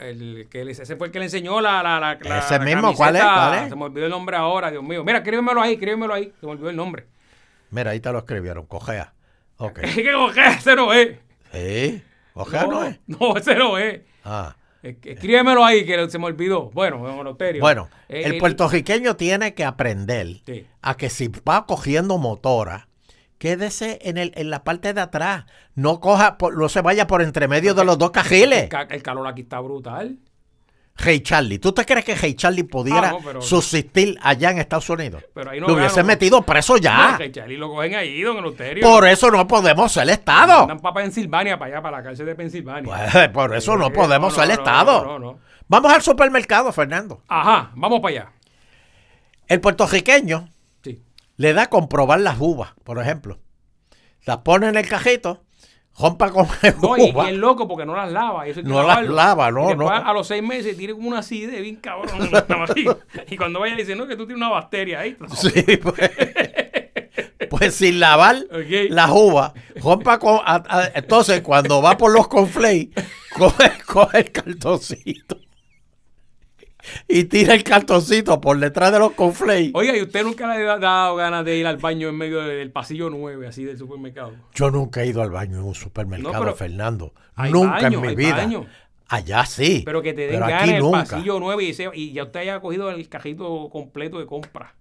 S1: El que le- ese fue el que le enseñó la. la, la- la-
S2: Ese
S1: la
S2: mismo, ¿cuál es?
S1: camiseta.
S2: ¿Cuál es?
S1: Se me olvidó el nombre ahora, Dios mío. Mira, escríbemelo ahí, escríbemelo ahí. Se me olvidó el nombre.
S2: Mira, ahí te lo escribieron. Cojea. Ok.
S1: <laughs> Es que Ojea, ese no es.
S2: Sí. Cojea no, es.
S1: No, ese no es.
S2: Ah.
S1: Es- Eh, Escríbemelo ahí, que se me olvidó. Bueno, don Eleuterio.
S2: Bueno,
S1: Eh,
S2: el
S1: eh,
S2: puertorriqueño tiene que aprender
S1: Sí.
S2: a que si va cogiendo motora, quédese en, el, en la parte de atrás. No coja, por- no se vaya por entre medio de los dos
S1: El,
S2: cajiles.
S1: ca- el calor aquí está brutal.
S2: Hey Charlie, ¿tú te crees que Hey Charlie pudiera
S1: Ah, no, pero-
S2: subsistir allá en Estados Unidos?
S1: Pero ahí no
S2: Lo hubiesen
S1: gano, ¿no?
S2: metido preso
S1: Ah.
S2: ya.
S1: que Charlie lo cogen ahí, don Eleuterio.
S2: Por eso no podemos ser Estado.
S1: Andan para Pensilvania, para allá, para la cárcel de Pensilvania.
S2: Pues, por eso no
S1: Eh,
S2: podemos
S1: no,
S2: ser
S1: no,
S2: Estado.
S1: no, no, no.
S2: Vamos al supermercado, Fernando.
S1: Ajá, vamos para allá.
S2: El puertorriqueño <laughs>
S1: Sí.
S2: le da comprobar las uvas, por ejemplo. Las pone en el cajito, rompa con <laughs> la
S1: No, y,
S2: uva.
S1: y es loco porque no las lava. y eso hay que
S2: No las
S1: lavarlo.
S2: lava, no,
S1: Y después
S2: no.
S1: A los seis meses tiene como una acidez bien cabrón. en la nariz. <laughs> y cuando vaya le dice, no, que tú tienes una bacteria ahí. No.
S2: Sí, pues. Pues sin lavar
S1: Ok.
S2: las uvas, rompa con. a- a- entonces, cuando va por los conflakes, coge, coge el cartoncito y tira el cartoncito por detrás de los conflakes.
S1: Oiga, ¿y usted nunca le ha dado ganas de ir al baño en medio del pasillo 9, así del supermercado?
S2: Yo nunca he ido al baño en un supermercado,
S1: No, pero-
S2: Fernando.
S1: Hay
S2: Nunca
S1: baño,
S2: en mi
S1: hay
S2: vida.
S1: baño.
S2: Allá sí.
S1: Pero que te den
S2: pero aquí
S1: ganas en el
S2: nunca.
S1: pasillo 9 y, ese- y ya usted haya cogido el cajito completo de compra.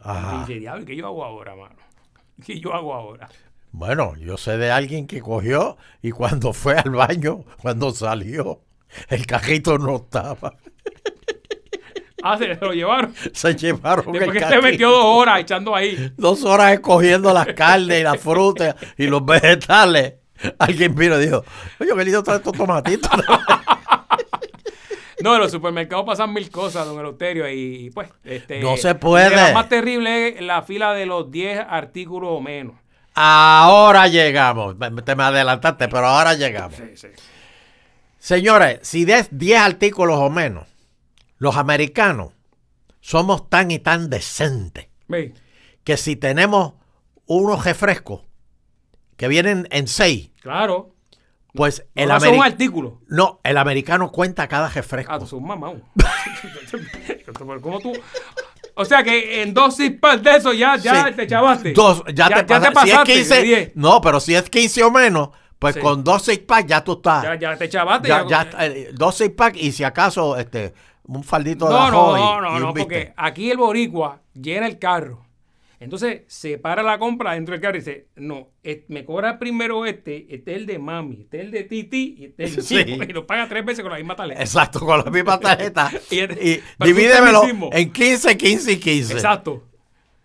S1: Y
S2: Ajá.
S1: dice, diablo, ¿y ¿qué yo hago ahora, mano? <laughs> ¿Qué yo hago ahora?
S2: Bueno, yo sé de alguien que cogió y cuando fue al baño, cuando salió, el cajito no estaba. <laughs>
S1: Ah, se lo llevaron.
S2: Se llevaron el
S1: Después que se
S2: cajito.
S1: metió dos horas echando ahí.
S2: dos horas escogiendo las carnes y las frutas y los vegetales. Alguien vino y dijo, oye, qué lindo trae estos tomatitos. <laughs>
S1: No, en los supermercados pasan mil cosas, don Eleuterio, y pues... Este,
S2: No se puede.
S1: Lo más terrible es la fila de los 10 artículos o menos.
S2: ahora llegamos. Me- Te me adelantaste, pero ahora llegamos. Señores, si des 10 artículos o menos, los americanos somos tan y tan decentes
S1: Ve,
S2: que si tenemos unos refrescos que vienen en 6,
S1: claro.
S2: pues el,
S1: El no son
S2: ameri-
S1: artículos.
S2: no, el americano cuenta cada refresco.
S1: Ah, tú sos mamá. <laughs> ¿Cómo tú...? O sea que en dos six packs de eso ya, ya
S2: Sí.
S1: te chavaste.
S2: Dos, ya, te, pasa- si es
S1: pasaste.
S2: 15
S1: diez.
S2: no, pero si es 15 o menos, pues
S1: Sí.
S2: con dos six pack ya tú estás.
S1: Ya, ya te chavaste.
S2: ya, ya está, eh, dos six pack y si acaso este un faldito de
S1: No, no,
S2: ajo y-
S1: no, no,
S2: y un
S1: no, porque
S2: bistec.
S1: aquí el boricua llena el carro. Entonces se para la compra dentro del carro y dice, no, eh, me cobra primero este, este es el de mami, este es el de titi y este es el
S2: <laughs> Sí.
S1: mío. Y lo paga tres veces con la misma taleta.
S2: Exacto, con la misma tarjeta.
S1: <laughs> Y-
S2: y
S1: pero
S2: divídemelo
S1: usted mismo.
S2: en 15, 15 y 15.
S1: Exacto.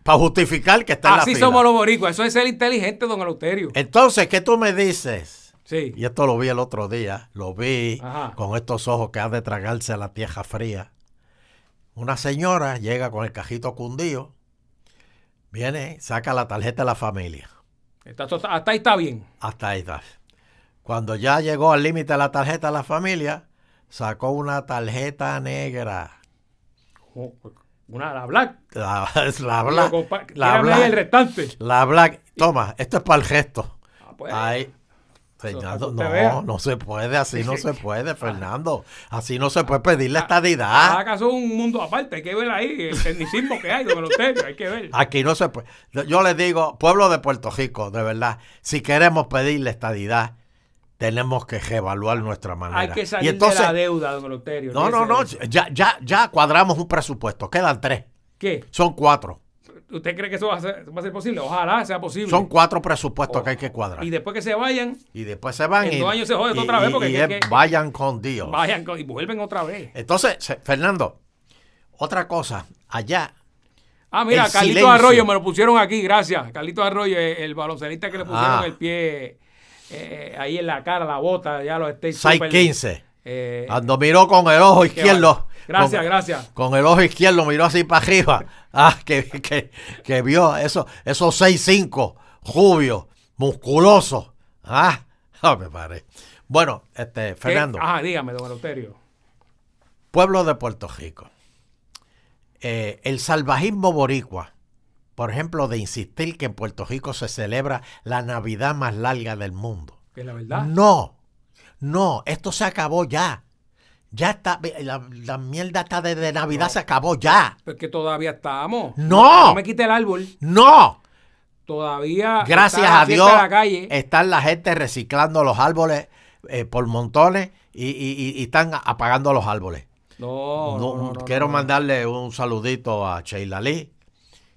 S2: Para justificar que está en la
S1: Así
S2: fila. Eh,
S1: somos los boricuas. Eso es ser inteligente, don Eleuterio.
S2: Entonces, ¿qué tú me dices?
S1: Sí.
S2: Y esto lo vi el otro día, lo vi
S1: Ajá.
S2: con estos ojos que ha de tragarse la tierra fría. Una señora llega con el cajito cundido, viene, saca la tarjeta de la familia.
S1: Está- hasta hasta ahí está bien.
S2: Hasta ahí está. Cuando ya llegó al límite la tarjeta de la familia, sacó una tarjeta negra.
S1: Ojo, Oh, pues, Una, la black.
S2: La, <laughs> la black.
S1: Lo compa-
S2: La
S1: tírame ahí
S2: black.
S1: el restante.
S2: La black. Toma, esto es para el gesto.
S1: Ah, pues,
S2: Ay, Fernando,
S1: Eso, para que usted vea. Ah.
S2: no, no se puede, así
S1: <laughs>
S2: no se puede, Fernando. Así no se puede pedir la estadidad.
S1: acaso es un mundo aparte. Hay que ver ahí el tecnicismo que hay, don Eleuterio. Hay que ver.
S2: Aquí no se puede. Yo les digo, pueblo de Puerto Rico, de verdad, si queremos pedir la estadidad, tenemos que reevaluar nuestra manera.
S1: Hay que salir
S2: y entonces,
S1: de la deuda, don Eleuterio.
S2: no, no,
S1: Olvídese
S2: no,
S1: de eso.
S2: ya, ya, ya cuadramos un presupuesto, quedan tres,
S1: ¿Qué?
S2: son cuatro,
S1: ¿Usted cree que eso va a ser, va a ser posible? Ojalá sea posible.
S2: son cuatro presupuestos que hay que cuadrar.
S1: Oh. Y
S2: Y,
S1: después que se vayan,
S2: después se van
S1: en
S2: y,
S1: dos años se jode
S2: y-
S1: otra vez porque
S2: y
S1: que-
S2: es-
S1: que-
S2: vayan con Dios.
S1: vayan con- y vuelven otra vez.
S2: Entonces, se- Fernando, otra cosa, allá
S1: Ah, mira,
S2: El
S1: Carlito
S2: silencio.
S1: Arroyo me lo pusieron aquí, gracias. Carlito Arroyo, eh, el baloncelista que le pusieron
S2: Ah.
S1: el pie eh, ahí en la cara, la bota, ya lo esté
S2: 615.
S1: Eh,
S2: Cuando miró con el ojo
S1: qué
S2: izquierdo.
S1: va- Gracias,
S2: con,
S1: gracias.
S2: Con el ojo izquierdo miró así para arriba. <laughs> Ah, que, que, que vio eso, esos 6'5, rubio, musculoso. Ah, <laughs> no me paré. Bueno, este,
S1: ¿Qué?
S2: Fernando,
S1: Ajá, dígame, don Eleuterio.
S2: pueblo de Puerto Rico. Eh, el salvajismo boricua, por ejemplo, de insistir que en Puerto Rico se celebra la Navidad más larga del mundo.
S1: Que la verdad.
S2: No, no, esto se acabó ya. Ya está, ve, la, la mierda está de, de Navidad se acabó ya.
S1: Porque todavía estamos.
S2: ¡No!
S1: No me quite el árbol.
S2: No,
S1: Todavía.
S2: gracias
S1: está la
S2: a
S1: fiesta
S2: Dios
S1: en la calle.
S2: están la gente reciclando los árboles eh, por montones y, y- y- y están apagando los árboles.
S1: No, no,
S2: No,
S1: no, no,
S2: quiero
S1: no.
S2: mandarle un saludito a Sheila Lee,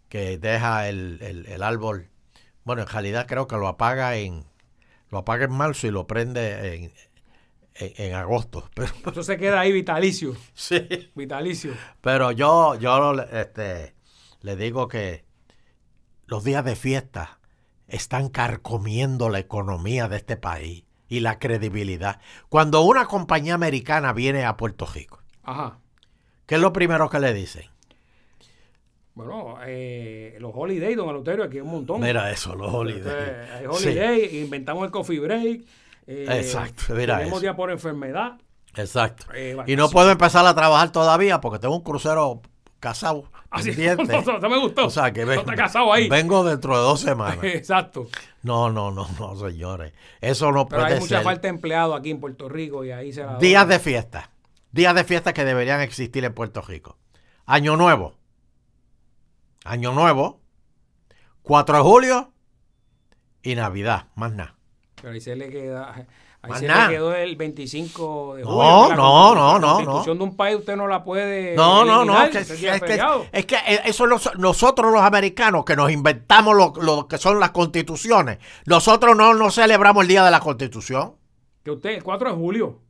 S2: que deja el, el- el árbol. Bueno, en realidad creo que lo apaga en lo apaga en marzo y lo prende en, en- en agosto. Pero
S1: Eso se queda ahí vitalicio.
S2: sí.
S1: Vitalicio.
S2: Pero yo, yo este, le digo que los días de fiesta están carcomiendo la economía de este país y la credibilidad. Cuando una compañía americana viene a Puerto Rico,
S1: Ajá.
S2: ¿qué es lo primero que le dicen?
S1: Bueno, eh, los holidays, don Eleuterio, aquí hay un montón.
S2: Mira eso, los
S1: Entonces,
S2: holidays.
S1: hay
S2: Sí,
S1: holiday, inventamos el coffee break. eh,
S2: Exacto, mira
S1: Tenemos
S2: eso.
S1: día por enfermedad.
S2: exacto.
S1: Eh,
S2: Y
S1: vacaciones. <laughs>
S2: no puedo empezar a trabajar todavía porque tengo un crucero casado.
S1: Así
S2: pendiente.
S1: Ah, <laughs> no, no, no me gustó.
S2: O sea que
S1: No
S2: ven-
S1: está casado ahí.
S2: vengo dentro de dos semanas.
S1: Exacto.
S2: No, no, no, no, señores. Eso no
S1: Pero
S2: puede
S1: hay mucha
S2: ser.
S1: falta de empleado aquí en Puerto Rico y ahí se la.
S2: Días de fiesta. Días de fiesta que deberían existir en Puerto Rico. Año Nuevo. Año Nuevo. 4 de julio. Y Navidad. Más nada.
S1: Pero ahí se le queda. Ahí
S2: Más
S1: se
S2: nada.
S1: le quedó el 25 de
S2: No,
S1: julio. La constitu-
S2: no, no, no,
S1: La
S2: no.
S1: constitución de un país usted no la puede.
S2: No, no, no.
S1: eliminar,
S2: Es que,
S1: ese día
S2: es que-
S1: feriado.
S2: es que, eh, eso los- nosotros los americanos que nos inventamos lo, lo que son las constituciones. Nosotros no, no celebramos el Día de la Constitución.
S1: Que usted, el 4 de julio.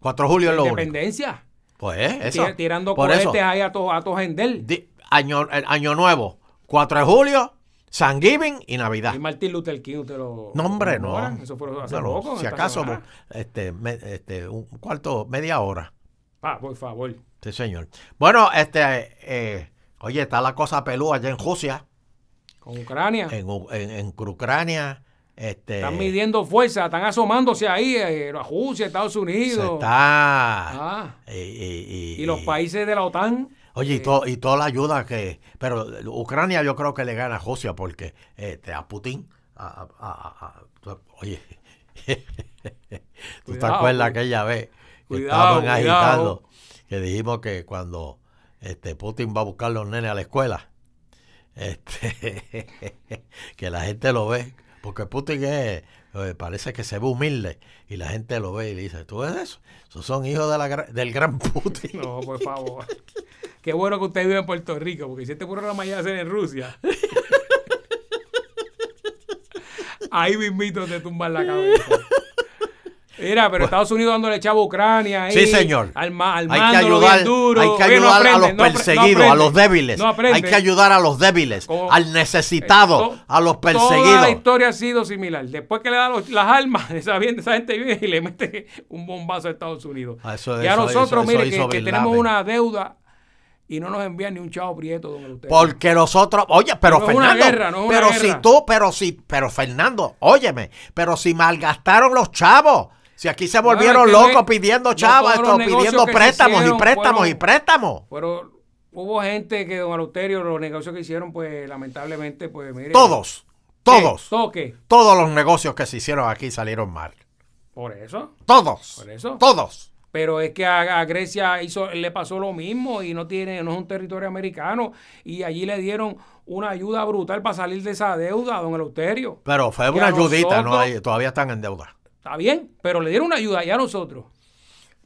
S2: 4 de julio es lo único.
S1: Independencia.
S2: Pues eso.
S1: Tira- Tirando
S2: Por
S1: cohetes
S2: eso.
S1: ahí a todo a to Gendel.
S2: Di- año, el año Nuevo. 4 de julio. San y Navidad.
S1: Y Martín Luther King, usted lo.
S2: No, hombre, no.
S1: conmemoran. Eso fue hace
S2: No, no.
S1: poco.
S2: Si
S1: esta
S2: acaso,
S1: semana.
S2: este, me- este, un cuarto, media hora.
S1: Ah, por favor.
S2: Sí, señor. Bueno, este, eh, oye, está la cosa pelúa allá en Rusia,
S1: Con Ucrania.
S2: en, U- en, en Ucrania. Este,
S1: Ah. están midiendo fuerza, están asomándose ahí. eh, la Rusia, Estados
S2: se
S1: Unidos.
S2: está.
S1: Ah,
S2: y, y- y-
S1: y los países de la OTAN.
S2: Oye, y, to- y toda la ayuda que. Pero Ucrania yo creo que le gana a Rusia porque este, a Putin. a- a- a- a- a- oye. <laughs> ¿Tú te
S1: Cuidado,
S2: acuerdas
S1: cu-
S2: aquella vez que
S1: cuidado,
S2: estaban
S1: cuidado.
S2: agitando? Que dijimos que cuando Este, Putin va a buscar los nenes a la escuela. Este, <laughs> que la gente lo ve. Porque Putin es, eh, parece que se ve humilde. Y la gente lo ve y le dice, ¿tú ves eso? Esos son hijos de la gra- del gran <laughs> Putin.
S1: <laughs> No,
S2: <laughs>
S1: por favor. Qué bueno que usted vive en Puerto Rico, porque si este programa iba a ser en
S2: <laughs>
S1: Rusia. Ahí mismito te tumban la cabeza. Mira, pero Estados Unidos dándole chavo a Ucrania. Ahí,
S2: Sí, señor.
S1: Alma,
S2: Hay que
S1: armándolo bien
S2: ayudar,
S1: duro.
S2: hay que
S1: Oye, no
S2: ayudar
S1: aprende,
S2: a los
S1: no apre- no
S2: perseguidos, a
S1: aprende.
S2: los débiles.
S1: No aprende.
S2: hay que ayudar a los débiles,
S1: Como-
S2: al necesitado,
S1: Eh, to-
S2: a los
S1: Toda la
S2: perseguidos.
S1: historia ha sido similar. Después que le dan los- las armas, <laughs> esa, gente- esa gente viene y le mete un bombazo a Estados Unidos.
S2: Ah, eso-
S1: y a
S2: eso-
S1: nosotros,
S2: eso-
S1: mire,
S2: eso hizo
S1: que, que
S2: Bin
S1: tenemos
S2: Laden.
S1: una deuda y no nos envían ni un chavo prieto, don Eleuterio.
S2: Porque nosotros, oye, pero
S1: No es una
S2: Fernando,
S1: guerra, no es una
S2: pero
S1: guerra.
S2: si tú, pero si, pero Fernando, óyeme, pero si malgastaron los chavos, si aquí se
S1: Bueno,
S2: volvieron
S1: es que
S2: locos
S1: ve-
S2: pidiendo
S1: no
S2: chavos,
S1: todos los
S2: esto,
S1: negocios
S2: pidiendo
S1: que se
S2: préstamos
S1: hicieron
S2: y préstamos y
S1: fueron-
S2: préstamos.
S1: Pero hubo gente que, don Eleuterio, los negocios que hicieron, pues lamentablemente, pues mire.
S2: Todos, todos,
S1: ¿Todo qué?
S2: todos los negocios que se hicieron aquí salieron mal.
S1: Por eso.
S2: Todos,
S1: Por eso.
S2: todos.
S1: Pero es que a, a Grecia hizo, le pasó lo mismo y no tiene, no es un territorio americano. Y allí le dieron una ayuda brutal para salir de esa deuda, don Eleuterio.
S2: Pero fue
S1: Que
S2: una
S1: a
S2: ayudita, no
S1: nosotros-
S2: Ahí todavía están en deuda.
S1: Está bien, pero le dieron una ayuda ya a nosotros.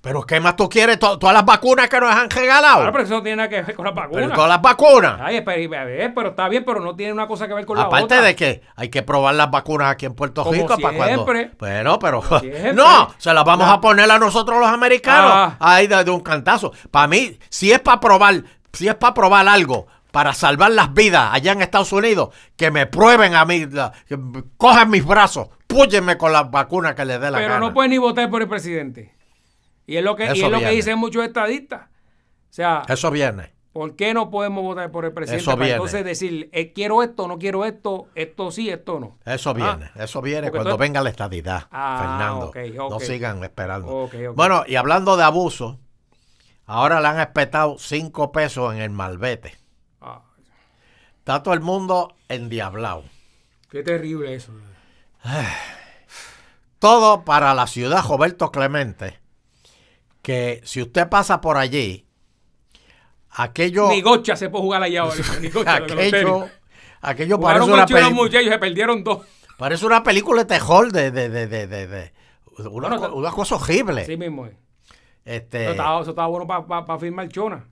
S2: Pero ¿qué más tú quieres? To- Todas las vacunas que nos han regalado.
S1: Ahora, pero eso no tiene nada que ver con las
S2: pero
S1: vacunas.
S2: todas las vacunas.
S1: Ay, espera, a ver, pero está bien, pero no tiene una cosa que ver con la
S2: Aparte
S1: otra.
S2: de que hay que probar las vacunas aquí en Puerto
S1: Como
S2: Rico para cuando.
S1: siempre.
S2: Bueno, pero. <laughs>
S1: Como siempre.
S2: No, se las vamos
S1: La-
S2: a poner a nosotros los americanos.
S1: Ah.
S2: Ahí de, de un cantazo. Para mí, si es para probar, si es para probar algo para salvar las vidas allá en Estados Unidos, que me prueben a mí, la- que me- cojan mis brazos, púyenme con las vacunas que les dé la
S1: pero
S2: gana.
S1: no puede ni votar por el presidente. Y es lo que, y
S2: Eso
S1: es lo que
S2: viene.
S1: dicen muchos estadistas. O sea,
S2: Eso viene.
S1: ¿por qué no podemos votar por el presidente?
S2: Eso
S1: para
S2: viene.
S1: entonces decir, eh, quiero esto, no quiero esto, esto sí, esto no.
S2: Eso viene, eso viene
S1: Ah. porque
S2: cuando
S1: todo-
S2: venga la estadidad,
S1: Ah,
S2: Fernando.
S1: ok, ok.
S2: No sigan esperando.
S1: Ok, ok.
S2: Bueno, y hablando de abuso, ahora le han espetado cinco pesos en el malvete.
S1: Ah,
S2: Está todo el mundo endiablado.
S1: qué terrible eso.
S2: Todo para la ciudad Roberto Clemente, que si usted pasa por allí, aquello,
S1: Ni Gocha se puede jugar allá ahora. Ni Gocha, don
S2: aquello,
S1: Eleuterio.
S2: aquello parece
S1: Jugaron
S2: una
S1: Gocha y unos
S2: peli-
S1: muchachos y se perdieron dos.
S2: parece una película de terror de, de, de, de, de- de- una,
S1: Bueno,
S2: co-
S1: te-
S2: una cosa horrible.
S1: Así mismo es.
S2: Este,
S1: Eso estaba, eso estaba bueno para firmar Chona.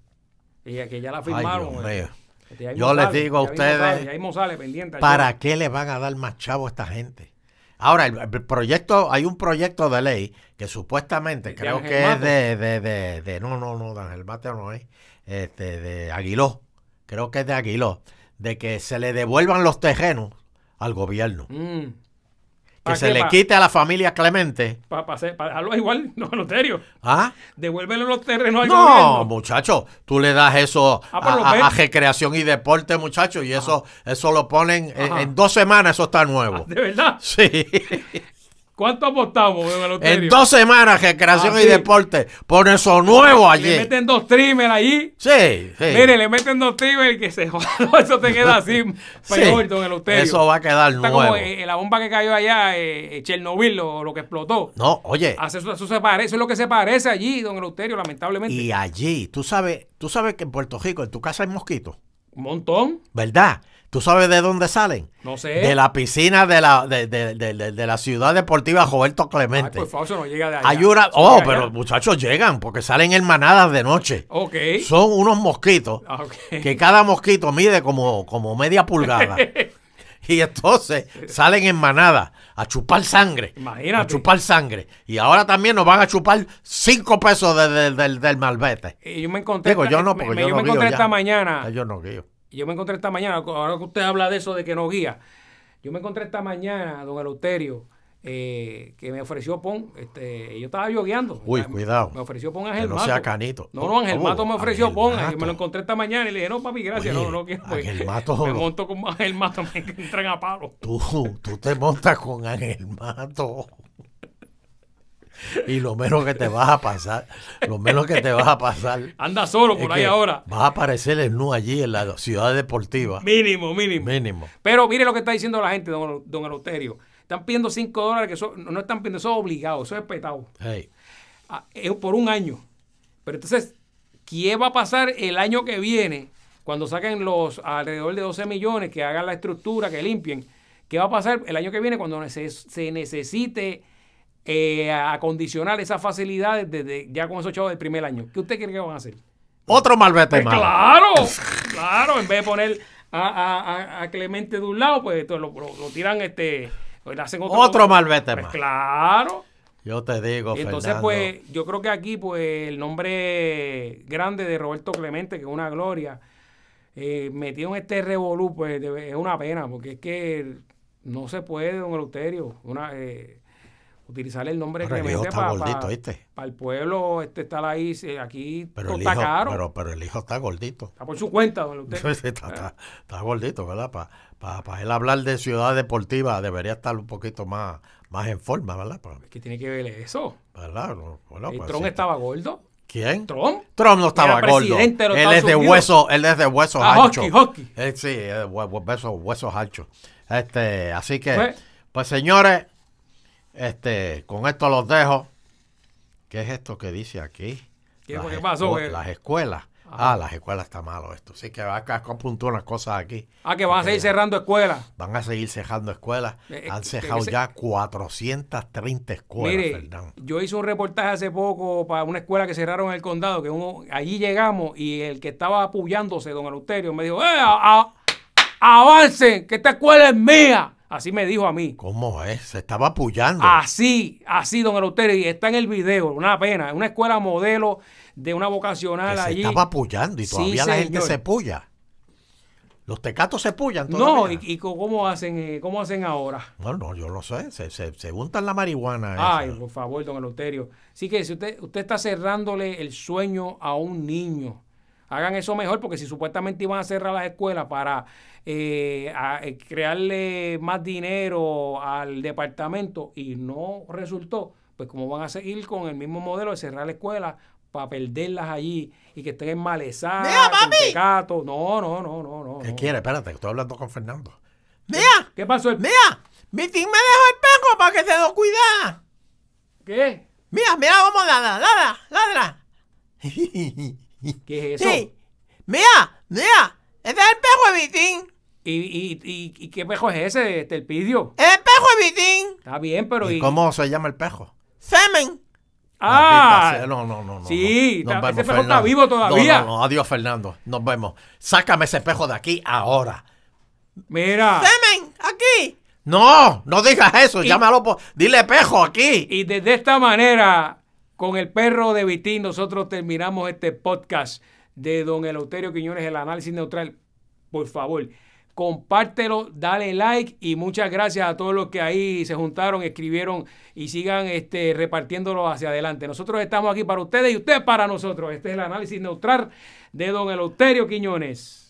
S1: Y que ya la
S2: Ay,
S1: firmaron.
S2: Dios
S1: eh.
S2: mío.
S1: Este, ya
S2: Yo
S1: mismo
S2: les
S1: sale,
S2: digo
S1: ya
S2: a
S1: mismo sale,
S2: ustedes,
S1: ya mismo sale, pendiente. al
S2: ¿Para qué le van a dar más chavo a esta gente? Ahora, el, el proyecto, hay un proyecto de ley que supuestamente
S1: De
S2: creo
S1: Ángel
S2: que es
S1: Mate.
S2: de, de, de, de- no, no, no, de Ángel Mate no es, este, de Aguiló, creo que es de Aguiló, de que se le devuelvan los terrenos al gobierno,
S1: Mm.
S2: que
S1: ¿Para qué?
S2: se le
S1: Pa-
S2: quite a la familia Clemente.
S1: pa- pa hacer- para dejarlo igual, <laughs> no, Loterio.
S2: ¿Ah?
S1: Devuélvele los terrenos al
S2: No,
S1: gobierno.
S2: muchacho, tú le das eso
S1: Ah,
S2: a,
S1: por lo
S2: a-
S1: menos.
S2: a recreación y deporte, muchacho, y eso, eso lo ponen en,
S1: Ajá. Ah,
S2: en dos semanas, eso está nuevo.
S1: De verdad.
S2: Sí.
S1: ¿Cuánto apostamos, don Eleuterio?
S2: En dos semanas, recreación
S1: Ah,
S2: y
S1: sí.
S2: deporte. Pon eso nuevo
S1: Le
S2: allí.
S1: meten dos trimers allí.
S2: Sí, sí.
S1: Mire, le meten dos tibes y que se <laughs> joda. Eso te queda así.
S2: Sí.
S1: Peor, don Eleuterio.
S2: Eso va a quedar
S1: Está
S2: nuevo.
S1: como eh, la bomba que cayó allá, eh, eh, Chernobyl, o lo que explotó.
S2: No, oye,
S1: Hace Eso, eso se parece, eso es lo que se parece allí, don Eleuterio, lamentablemente.
S2: y allí, tú sabes, tú sabes que en Puerto Rico, en tu casa hay mosquitos,
S1: Un montón,
S2: ¿verdad? ¿Tú sabes de dónde salen?
S1: no sé.
S2: De la piscina de la, de, de- de- de- de la ciudad deportiva Roberto
S1: Ay,
S2: Clemente.
S1: por favor, eso no llega de allá.
S2: hay una...
S1: Eso
S2: Oh,
S1: llega de
S2: pero
S1: allá.
S2: muchachos llegan porque salen en manadas de noche.
S1: Ok.
S2: Son unos mosquitos
S1: Ah, <laughs> ok.
S2: <laughs> que cada mosquito mide como, como media
S1: <laughs>
S2: pulgada. Y entonces salen en manada a chupar sangre.
S1: Imagínate.
S2: A chupar sangre. Y ahora también nos van a chupar cinco pesos de- de- del- del malvete.
S1: Y Eh, yo me encontré.
S2: Digo, yo no,
S1: me-
S2: porque
S1: me-
S2: yo,
S1: yo
S2: no
S1: me encontré
S2: guío ya.
S1: esta mañana.
S2: Ya Yo no guío.
S1: Yo me encontré esta mañana, ahora que usted habla de eso, de que no guía. Yo me encontré esta mañana, don Eleuterio, eh, que me ofreció Pon. Este, yo estaba yogueando.
S2: Uy, cuidado.
S1: Me ofreció Pon
S2: Que
S1: Ángel
S2: no
S1: Mato.
S2: sea canito.
S1: No, no, Ángel
S2: Oh,
S1: Mato me ofreció
S2: Ángel
S1: Pon. eh,
S2: Mato.
S1: Me lo encontré esta mañana y le dije, no, papi, gracias.
S2: Oye,
S1: no, no quiero. porque
S2: Ángel Mato.
S1: <laughs> Me monto con Ángel Mato, me entran a palo.
S2: Tú, tú te montas con Ángel Mato. Y lo menos que te vas a pasar, lo menos que te vas a pasar.
S1: <laughs> Anda solo
S2: es
S1: Ah, por ahí
S2: que
S1: ahora.
S2: Vas a aparecer el nu allí en la ciudad deportiva.
S1: Mínimo, mínimo.
S2: Mínimo.
S1: Pero mire lo que está diciendo la gente, don, don Eleuterio. Están pidiendo 5 dólares, que eso, no no están pidiendo, eso es obligado, eso es petado.
S2: Hey.
S1: Ah, es por un año. Pero entonces, ¿Qué va a pasar el año que viene cuando saquen los alrededor de 12 millones, que hagan la estructura, que limpien? ¿Qué va a pasar el año que viene cuando se, se necesite eh, acondicionar esas facilidades desde ya con esos chavos del primer año? ¿Qué usted cree que van a hacer?
S2: Otro malvete
S1: Pues
S2: más.
S1: claro, claro, en vez de poner a, a- a- a Clemente de un lado, pues esto lo, lo- lo tiran este. le hacen otro,
S2: Otro malvete
S1: Pues
S2: más.
S1: claro.
S2: Yo te digo,
S1: Y Entonces,
S2: Fernando.
S1: pues, yo creo que aquí, pues, el nombre grande de Roberto Clemente, que es una gloria, eh, metido en este revolú, pues, de- es una pena, porque es que no se puede, don Eleuterio, una, eh, utilizar el nombre
S2: Pero el hijo
S1: Clemente
S2: está
S1: para
S2: gordito, ¿viste?
S1: el pueblo, este, estar ahí, eh, aquí
S2: Pero
S1: todo
S2: el,
S1: está
S2: hijo,
S1: caro.
S2: pero, pero el hijo está gordito.
S1: Está por su cuenta, don
S2: <laughs> Sí,
S1: Eleuterio.
S2: sí, está,
S1: Ah.
S2: está- está gordito, ¿verdad? Para pa, pa él hablar de ciudad deportiva debería estar un poquito más, más en forma, ¿verdad? Pa-
S1: ¿Qué tiene que ver eso?
S2: ¿verdad? No, bueno,
S1: Eh,
S2: pues
S1: Trump
S2: sí.
S1: estaba gordo.
S2: ¿Quién? Trump.
S1: Trump.
S2: no estaba
S1: Era
S2: gordo.
S1: presidente de los
S2: Él es
S1: Estados
S2: de
S1: Unidos.
S2: hueso, él es de huesos
S1: Ah,
S2: anchos.
S1: hockey, hockey.
S2: Eh, sí, eh, hue- hue- huesos, huesos anchos. Este, así que,
S1: Pues-
S2: pues, señores, este, con esto los dejo. ¿Qué es esto que dice aquí?
S1: ¿Qué
S2: Las
S1: fue que pasó,
S2: escu-
S1: güey?
S2: Las escuelas.
S1: Ajá.
S2: Ah, las escuelas está malo esto. Así que acá apuntó unas cosas aquí.
S1: Ah, que van a seguir cerrando escuelas.
S2: Van a seguir cejando escuelas.
S1: Eh, eh,
S2: Han
S1: que-
S2: cejado
S1: que se-
S2: ya 430 escuelas,
S1: Mire,
S2: Fernando.
S1: yo hice un reportaje hace poco para una escuela que cerraron en el condado, que uno, allí llegamos y el que estaba apoyándose, don Eleuterio, me dijo, ¡eh, a- a- avancen, que esta escuela es mía! Así me dijo a mí.
S2: ¿Cómo es? Se estaba apoyando.
S1: Ah, Así, así, don Eleuterio, y está en el video, una pena, una escuela modelo de una vocacional
S2: que se
S1: allí.
S2: estaba apoyando y
S1: Sí,
S2: todavía la gente
S1: señor.
S2: se puya. Los tecatos se puyan
S1: no,
S2: todavía.
S1: y, y cómo hacen, eh, cómo hacen ahora.
S2: Bueno, no, yo no sé. Se, se, se untan la marihuana. esa.
S1: Ay, por favor, don Eleuterio. Así que si usted, usted está cerrándole el sueño a un niño, hagan eso mejor, porque si supuestamente iban a cerrar las escuelas para eh, a- eh, crearle más dinero al departamento y no resultó, pues como van a seguir con el mismo modelo de cerrar la escuela para perderlas allí y que estén en malezadas, con tecato. No, no, no, no, no.
S2: ¿Qué
S1: no.
S2: quiere? Espérate, que estoy hablando con Fernando. Mira,
S1: ¿Qué pasó? El...
S2: mira, mi team me dejó el perro para que te lo cuida.
S1: ¿Qué?
S2: Mira, mira cómo ladra, ladra, ladra. <laughs>
S1: ¿Qué es eso?
S2: Sí, mira, mira, ese es el perro de Vitín.
S1: ¿Y, y, y, y qué pejo es ese, este, el pidio?
S2: Es el perro de Vitín.
S1: Está bien, pero.
S2: ¿Y cómo se llama el perro? Semen. Maldita
S1: ¡Ah!
S2: sea. No, no, no. no,
S1: Sí,
S2: no. Nos
S1: está- ese espejo
S2: vemos,
S1: está
S2: Fernando.
S1: vivo todavía.
S2: No, no, no, adiós, Fernando. Nos vemos. Sácame ese espejo de aquí ahora.
S1: Mira.
S2: ¡Semen! ¡Aquí! No, no digas eso.
S1: Y-
S2: Llámalo por. Dile espejo aquí.
S1: Y desde esta manera, con el perro de Vitín, nosotros terminamos este podcast de Don Eleuterio Quiñones, el análisis neutral. Por favor, compártelo, dale like y muchas gracias a todos los que ahí se juntaron, escribieron y sigan este, repartiéndolo hacia adelante. Nosotros estamos aquí para ustedes y ustedes para nosotros. Este es el análisis neutral de Don Eleuterio Quiñones.